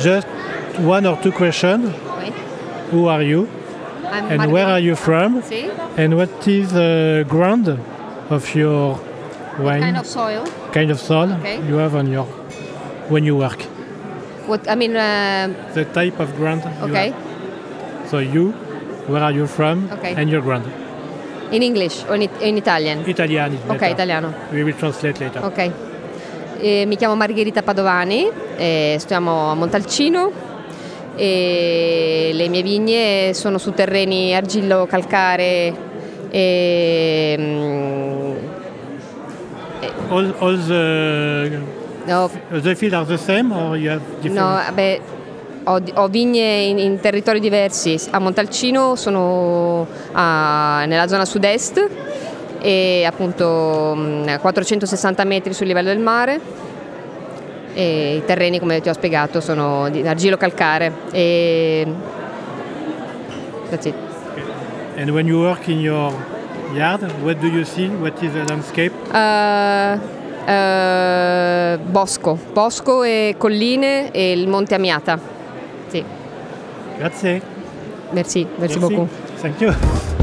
Just one or two questions. Wait, Who are you? I'm And Margot. where are you from? See? And what is the ground of your wine? Kind of soil. kind of soil Okay. you have on your when you work? What I mean, um, The type of ground. you okay, have. So you, where are you from? Okay. And your ground. in English or in, it- in Italian? Italian is Ok, better. italiano. We will translate later. Ok. Eh, mi chiamo Margherita Padovani, eh, stiamo a Montalcino e le mie vigne sono su terreni argillo-calcare e mm, All, all the no, the field are the same or you have different? No, beh, ho, ho vigne in, in territori diversi. A Montalcino sono ah, nella zona sud-est e appunto mh, a 460 metri sul livello del mare. E I terreni, come ti ho spiegato, sono di argilo calcare. E... That's it. And when you work in your yard, what do you see? What is the landscape? Eh, eh, bosco, bosco e colline e il monte Amiata. Sì, Grazie. merci, Merci. merci, beaucoup. Thank you.